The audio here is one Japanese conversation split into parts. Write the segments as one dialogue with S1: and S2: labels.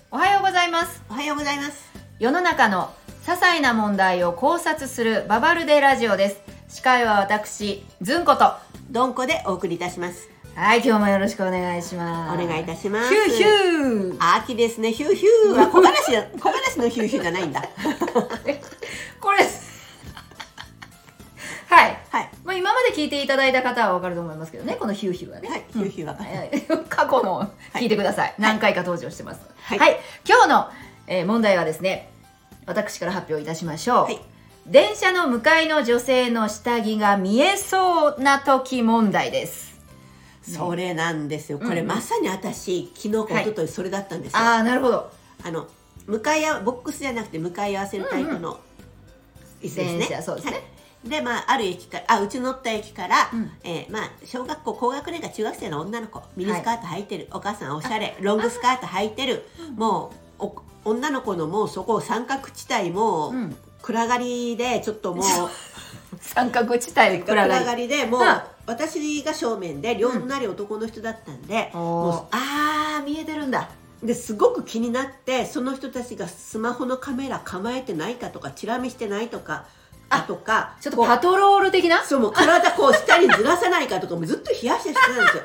S1: ます
S2: おはようございます
S1: 世の中の些細な問題を考察するババルデラジオです司会は私ずんこと
S2: どんこでお送りいたします
S1: はい今日もよろしくお願いし
S2: お
S1: ます
S2: 願いいたします
S1: ヒューヒュー
S2: 秋ですねヒューヒュ ーは小話じゃ小話のヒューヒューじゃないんだ
S1: これはい、
S2: はい
S1: まあ、今まで聞いていただいた方はわかると思いますけどねこのヒューヒューはね、
S2: はいヒューヒューはか
S1: はい 過去の聞いてください、何回か登場してますは、
S2: はいい
S1: 今日の、えー問題はですね私から発表いたしましょう、
S2: はい
S1: 電車の向かいの女性の下着が見えそうな時問題です
S2: それなんですよこれ
S1: うん
S2: まさに私昨日か
S1: はい
S2: 一昨日それだったんですよ、
S1: ああなるほど
S2: あの向かい合わボックスじゃなくて向かい合わせのタイプの椅子ですね
S1: 電。車そうですね
S2: はいでまあある駅からあうち乗った駅から、
S1: うん
S2: えーまあ小学校高学年か中学生の女の子ミニスカート履いてる、お母さんおしゃれロングスカート履いてるもうお女の子のもうそこ三角地帯もう、
S1: うん
S2: 暗がりでちょっ ともう
S1: 三角地帯
S2: 暗
S1: 暗がり
S2: がりでもう
S1: うん
S2: 私が正面で両隣男の人だったんで、
S1: お
S2: もう
S1: ーああ見えてるんだ
S2: ですごく気になってその人たちがスマホのカメラ構えてないかとかチラ見してないとか
S1: あ
S2: あとか
S1: ちょっと
S2: こう
S1: パトロール的な
S2: そうもう体こう下にずらさない かとかもずっと冷やしてしてたんですよ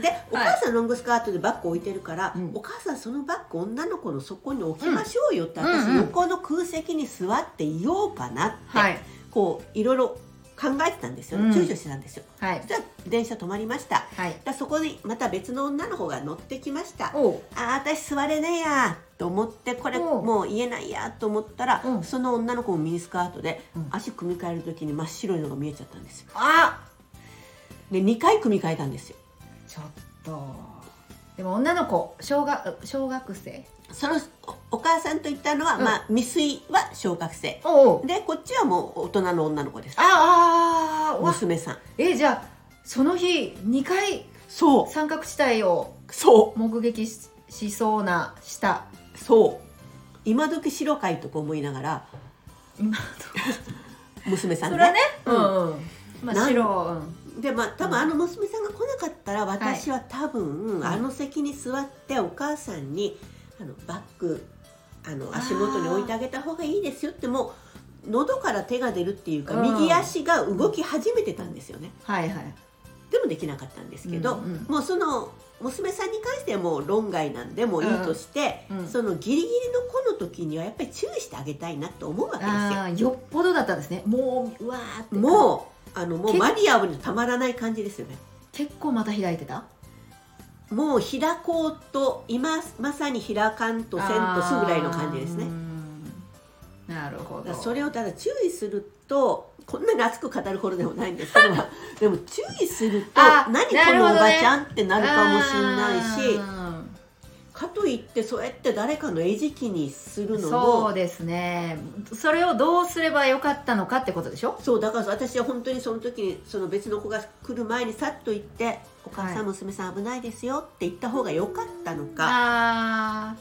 S2: でお母さんロングスカートでバッグ置いてるから、
S1: うん
S2: お母さんそのバッグ女の子の底に置きましょうよって、
S1: うんうん
S2: 私
S1: うん
S2: 横の空席に座っていようかなって、
S1: はい
S2: こういろいろ考えてたんですよ、
S1: うん
S2: 躊躇してたんですよ
S1: はい
S2: そしたら電車止まりました
S1: はい
S2: だからそこにまた別の女の子が乗ってきました
S1: おう
S2: あー私座れねえやと思ってこれ
S1: おう
S2: もう言えないやと思ったら、
S1: うん
S2: その女の子もミニスカートで、
S1: うん
S2: 足組み替える時に真っ白いのが見えちゃったんですよ
S1: あ
S2: で2回組み替えたんですよ
S1: ちょっとでも女の子小学小学生
S2: そのおお母さんと言ったのは、
S1: うん
S2: まあ未遂は小学生
S1: おう
S2: でこっちはもう大人の女の子です
S1: ああわ
S2: 娘さん
S1: えじゃあその日2回
S2: そ
S1: 三角地帯を
S2: うそ
S1: 目撃ししそうなした
S2: うそう今時白かいとか思いながら
S1: 今
S2: 娘さん
S1: そ
S2: ね
S1: れはねう
S2: うん
S1: ん、うんまあ
S2: なん
S1: 白、うん
S2: でまあ多分あの娘さんが来なかったら私は多分、
S1: はい
S2: あの席に座ってお母さんにあのバッグあの足元に置いてあげた方がいいですよってもう喉から手が出るっていうか
S1: うん
S2: 右足が動き始めてたんですよね
S1: はいはい
S2: でもできなかったんですけど、
S1: うんうん
S2: もうその娘さんに関してはもう論外なんでもういいとして、
S1: うんうん
S2: そのギリギリの子の時にはやっぱり注意してあげたいなと思うわけですよ。
S1: ああよっぽどだったんですねもううわーって
S2: もうあのもう
S1: 結構
S2: マニアにたまらない感じですよね。
S1: 結構また開いてた
S2: もう開こうと今まさに開かんとせんとすぐらいの感じです
S1: あーう
S2: ね
S1: んなるほ
S2: だか
S1: ど
S2: らそれをただ注意するとこんなに熱く語るほどでもないんですけど でも注意すると
S1: あ
S2: 何こ
S1: なるほど
S2: のお
S1: ね
S2: ばちゃんってなるかもしんないし
S1: あ
S2: かといってそうやって誰かの餌食にす
S1: ー
S2: るのも
S1: そうですねそれをどうすればよかったのかってことでしょ
S2: そうだから私は本当にその時にその別の子が来る前にさっと行って「お母さん、
S1: はい
S2: 娘さん危ないですよ」って言った方が良かったのか。
S1: あ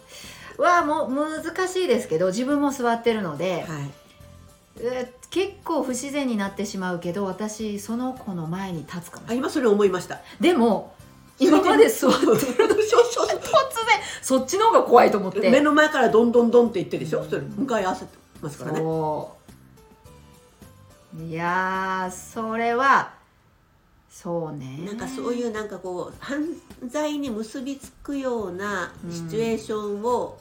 S1: ーはもう難しいですけど自分も座ってるので、
S2: はい
S1: えー結構不自然になってしまうけど私その子の前に立つかもしれ
S2: あ
S1: ない
S2: 今それ思い ました。
S1: でも今まで座って
S2: そうそうそう
S1: 突然そっちの方が怖いと思って
S2: 目の前からどんどんどんって言ってるでしょ、
S1: うん
S2: それ向かい合わせてますからね
S1: そういやーそれはそうね
S2: なんかそういうなんかこう犯罪に結びつくようなシチュエーションを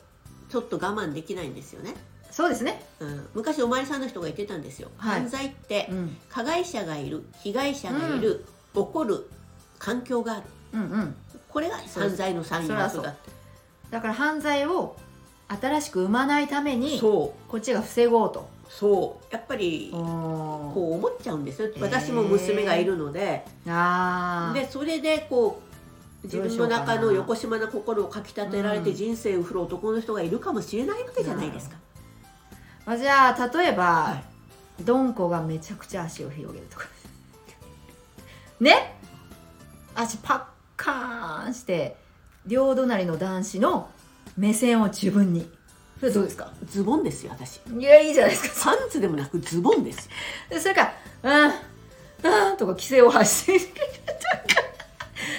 S2: ちょっと我慢できないんですよね、
S1: そうですね、
S2: うん、昔お巡りさんの人が言ってたんですよ、
S1: はい
S2: 犯罪って
S1: うん、
S2: 加害者がいる被害者がいる、起こる環境がある
S1: うんうん
S2: これが犯罪の産業だ
S1: そりゃ
S2: っ
S1: だから犯罪を新しく生まないため
S2: て
S1: に
S2: そう
S1: こっちが防ごうと
S2: そうやっぱり
S1: こ
S2: こう思っちゃうんですよ
S1: えー
S2: 私も娘がいるので、
S1: うあー
S2: でそれでこう自分の中
S1: どうしようか
S2: の
S1: な
S2: 横島な心をかきたてられ
S1: う
S2: て
S1: ん
S2: 人生を振る男の人がいるかもしれないわけじゃないですか。
S1: まあ、じゃあ例えば、
S2: は
S1: ドンコがめちゃくちゃ足を広げるとかね足パッカーンして両隣の男子の目線を自分にそれどうですか
S2: ズボンですよ私。
S1: いやいいじゃないですか
S2: パンツでもなくズボンです。
S1: でそれから「うんうん」とか規制を発 してる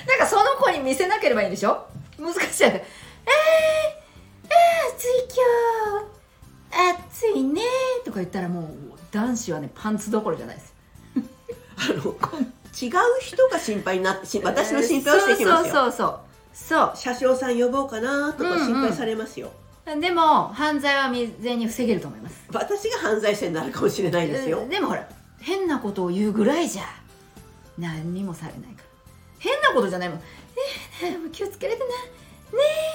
S1: なんかその子に見せなければいいんでしょ難しいじゃないえー、えー、今日暑いねとか言ったらもう男子はねパンツどころじゃないです
S2: あ の違う人が心配になってし私の心配をしてきますよ、
S1: そうそうそう
S2: 車掌さん呼ぼうかなとか心配されますよ、
S1: そうでも犯罪は未然に防げると思います
S2: 私が犯罪者になるかもしれないですよ、
S1: でもほら変なことを言うぐらいじゃ何にもされないから変なことじゃないもん「ねえねえもう気をつけれてねね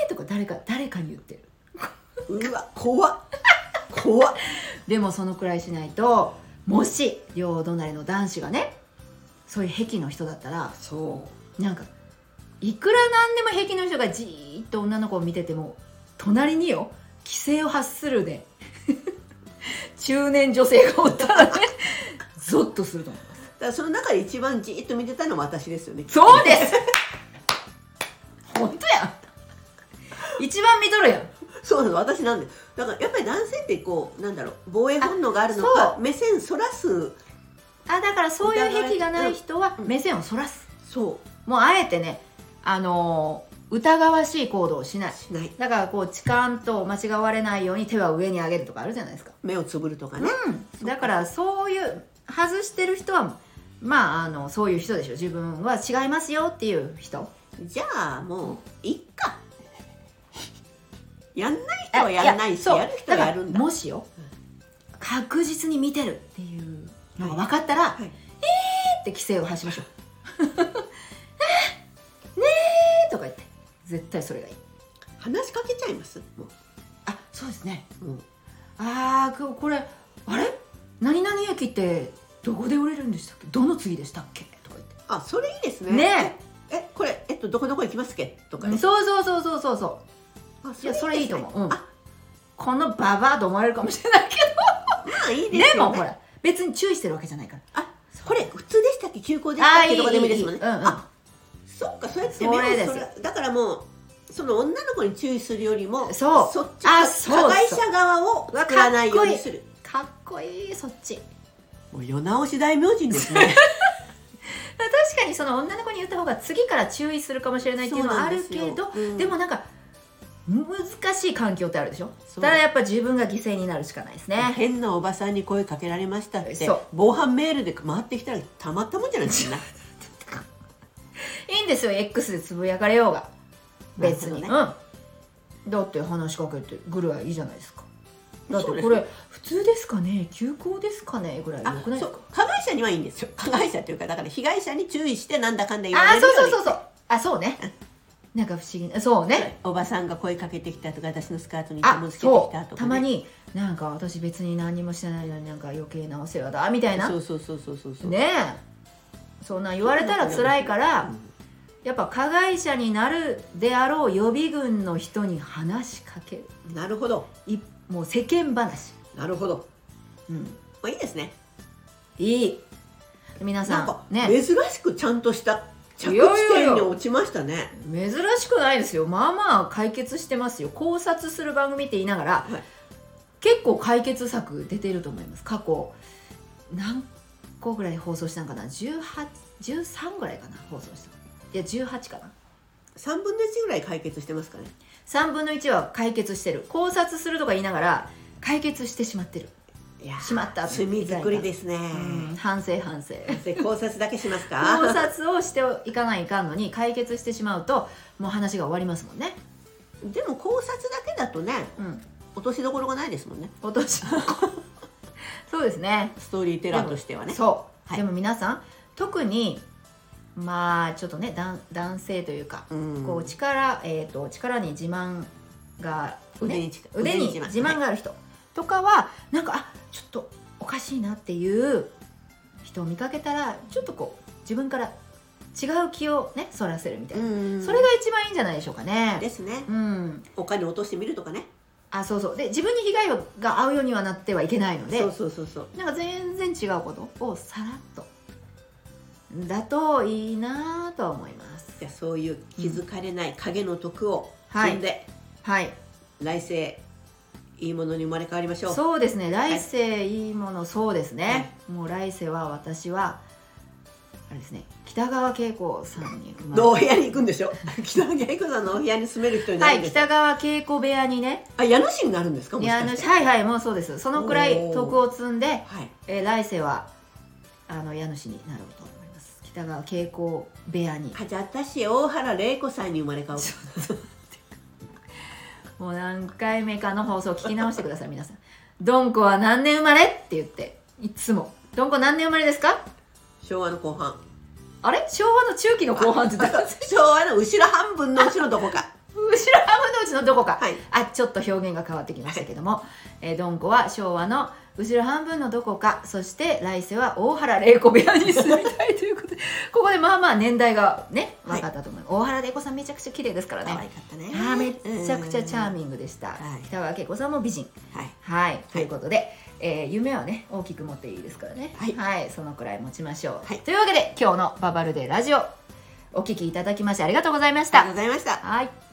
S1: え」とか誰か誰かに言ってる
S2: うわ怖っ怖っ
S1: でもそのくらいしないともし両隣の男子がねそういう癖の人だったら
S2: そう
S1: なんかいくらなんでも平気の人がじーっと女の子を見てても隣によ規制を発するで 中年女性がおったらねゾッとすると思う
S2: だからその中で一番じーっと見てたのは私ですよね
S1: そうです本当やん一番見とるやん
S2: そうなの私なんでだからやっぱり男性ってこうなんだろう防衛本能があるの
S1: あ
S2: か
S1: そ
S2: 目線そらす
S1: あだからそういう癖がない人は目線をそらす
S2: そ
S1: もうあえてねあのー疑わしい行動をしないう
S2: しない
S1: だからこう痴漢と間違われないように手は上に上げるとかあるじゃないですか
S2: 目をつぶるとかね、
S1: うん、だからそういう外してる人はまああのそういう人でしょ自分は違いますよっていう人
S2: じゃあもういっかやんない人はやんないし
S1: そう
S2: やる人はやるんだ
S1: からもしよ確実に見てるっていうのが分かったら、
S2: はい
S1: って規制を発しましょう ねえとか言って絶対それがいい
S2: 話しかけちゃいますも
S1: あそうですね
S2: うもう
S1: ああこれあれ何々駅ってどこで降りるんでしたっけどの次でしたっけとか言って
S2: あそれいいですね
S1: ね
S2: ええこれえっとどこどこ行きますっけとか
S1: そう
S2: ね
S1: そうそうそうそうそう
S2: あ
S1: いやそれいいと思う、うん
S2: あ
S1: このババアと思われるかもしれないけ
S2: まあいい
S1: ど
S2: ですよ、ね、
S1: でもほら別に注意してるわけじゃないから
S2: あこれ普通でしたっけ休校でしたっ
S1: あーい
S2: け
S1: い
S2: とかでもいいですもんね
S1: いいいいうんうん
S2: あそっかそうやって目を
S1: それです
S2: そらだからもうその女の子に注意するよりも
S1: そう
S2: そっち
S1: あ
S2: 加
S1: そう
S2: 加害者側を作らないようにする
S1: かっこいいそっち
S2: もう世直し大名人ですね
S1: 確かにその女の子に言った方が次から注意するかもしれないっていうのはあるけ
S2: そうなん
S1: ど
S2: ですようん
S1: でもなんか難しい環境ってあるでしょ
S2: そ
S1: た
S2: う
S1: だやっぱ自分が犠牲になるしかないですね
S2: 変なおばさんに声かけられましたって
S1: そう
S2: 防犯メールで回ってきたらたまったもんじゃないで すか
S1: いいんですよ X でつぶやかれようが別に、
S2: なる
S1: うんだって話しかけてぐらいいいじゃないですかだって
S2: そうです
S1: これ普通ですかね休校ですかねぐらいよ
S2: あ
S1: くないです
S2: そ
S1: か
S2: う加害者にはいいんですよ加害者というかだから被害者に注意してなんだかんだ言わ
S1: あ
S2: れ
S1: ー
S2: るよ
S1: そううそう
S2: に
S1: そうそうあそうねなんか不思議なそうね
S2: おばさんが声かけてきたとか私のスカートに手
S1: あ
S2: もつけてき
S1: そ
S2: た
S1: う
S2: とかね、
S1: たまになんか私別に何にもしてないのになんか余計なお世話だみたいな
S2: そ
S1: ね
S2: うそうそうそうそうそう
S1: えそんなん言われたら辛いからやっぱ加害者になるであろう予備軍の人に話しかける
S2: うんなるほど
S1: いもう世間話
S2: なるほど
S1: うん
S2: まあいいですね
S1: いい皆
S2: な
S1: さ
S2: んか
S1: んね
S2: 珍しくちゃんとした
S1: い
S2: 着地
S1: やいやいや
S2: 点に落ちましたね
S1: 珍しくないですよまあまあ解決してますよ考察する番組って言いながら、
S2: はい
S1: 結構解決策出てると思います過去何個ぐらい放送したんかな18 13ぐらいかな放送したいや18かな
S2: 3分の1ぐらい解決してますかね
S1: 3分の1は解決してる考察するとか言いながら解決してしまってる、
S2: いや
S1: しまった
S2: 罪作りですね
S1: うん反省反省
S2: で考察だけしますか
S1: 考察をしていかないかんのに解決してしまうともう話が終わりますもんね
S2: でも考察だけだとね
S1: うん
S2: 落としどころがないですもんね
S1: 落としそうですね
S2: ストーリーテラーとしてはね
S1: そう、
S2: はい
S1: でも皆さん特にまあちょっとね男男性というか、
S2: うん
S1: こう力、えー、と力に自慢が、
S2: 腕
S1: ね、
S2: に近い
S1: 腕に自慢
S2: はい
S1: がある人とかはなんかあちょっとおかしいなっていう人を見かけたらちょっとこう自分から違う気をねそらせるみたいうな、
S2: ん
S1: それが一番いいんじゃないでしょうかね。
S2: ですね
S1: うん、
S2: お金落としてみるとかね
S1: あそうそうで自分に被害が合うようにはなってはいけないので
S2: そうそうそうそう
S1: なんか全然違うことをさらっとだといいなとは思います
S2: じゃあそういう気づかれない影の徳を
S1: はい
S2: 積んで
S1: はい
S2: 来世いいものに生まれ変わりましょう
S1: そうですね来世いいもの、そうですね、もう来世は私はあれですね北川景子さんに生まれ
S2: のお部屋に行くんでしょ 北野景子さんのお部屋に住める人にな
S1: は
S2: るん
S1: い
S2: でしょ、
S1: 北川景子部屋にね
S2: あ家主になるんですかもし
S1: 家
S2: かし
S1: 主
S2: て
S1: はいはいもうそうですそのくらい徳を積んで、
S2: はい
S1: えー来世はあの家主になろうと思います北川景子部屋に
S2: あじゃあ私大原玲子さんに生まれ変わる
S1: もう何回目かの放送を聞き直してください皆さん「どんこは何年生まれ?」って言っていつも「どんこ何年生まれですか?
S2: 昭和の後半」
S1: あれ昭和の中期の後半って言 った後ろ
S2: 昭和の後ろ半分のうちのどこ か
S1: 半分のうちのどこか、
S2: はい
S1: あちょっと表現が変わってきましたけども、えーどんこは昭和の後ろ半分のどこかそして来世は大原玲子部屋に住みたいということでここでまあまあ年代がね分かったと思います、大原玲子さんめちゃくちゃ綺麗ですからね
S2: 可愛かったね
S1: あーめっちゃくちゃチャー
S2: ン
S1: ミングでした、
S2: はい
S1: 北川景子さんも美人
S2: グはい
S1: はいということで、えー夢はね大きく持っていいですからね
S2: はい
S1: そのくらい持ちましょう、
S2: はい
S1: というわけで今日の「ババルデラジオ」お聞きいただきましてありがとうございまし
S2: ありが
S1: た
S2: とうございました
S1: はい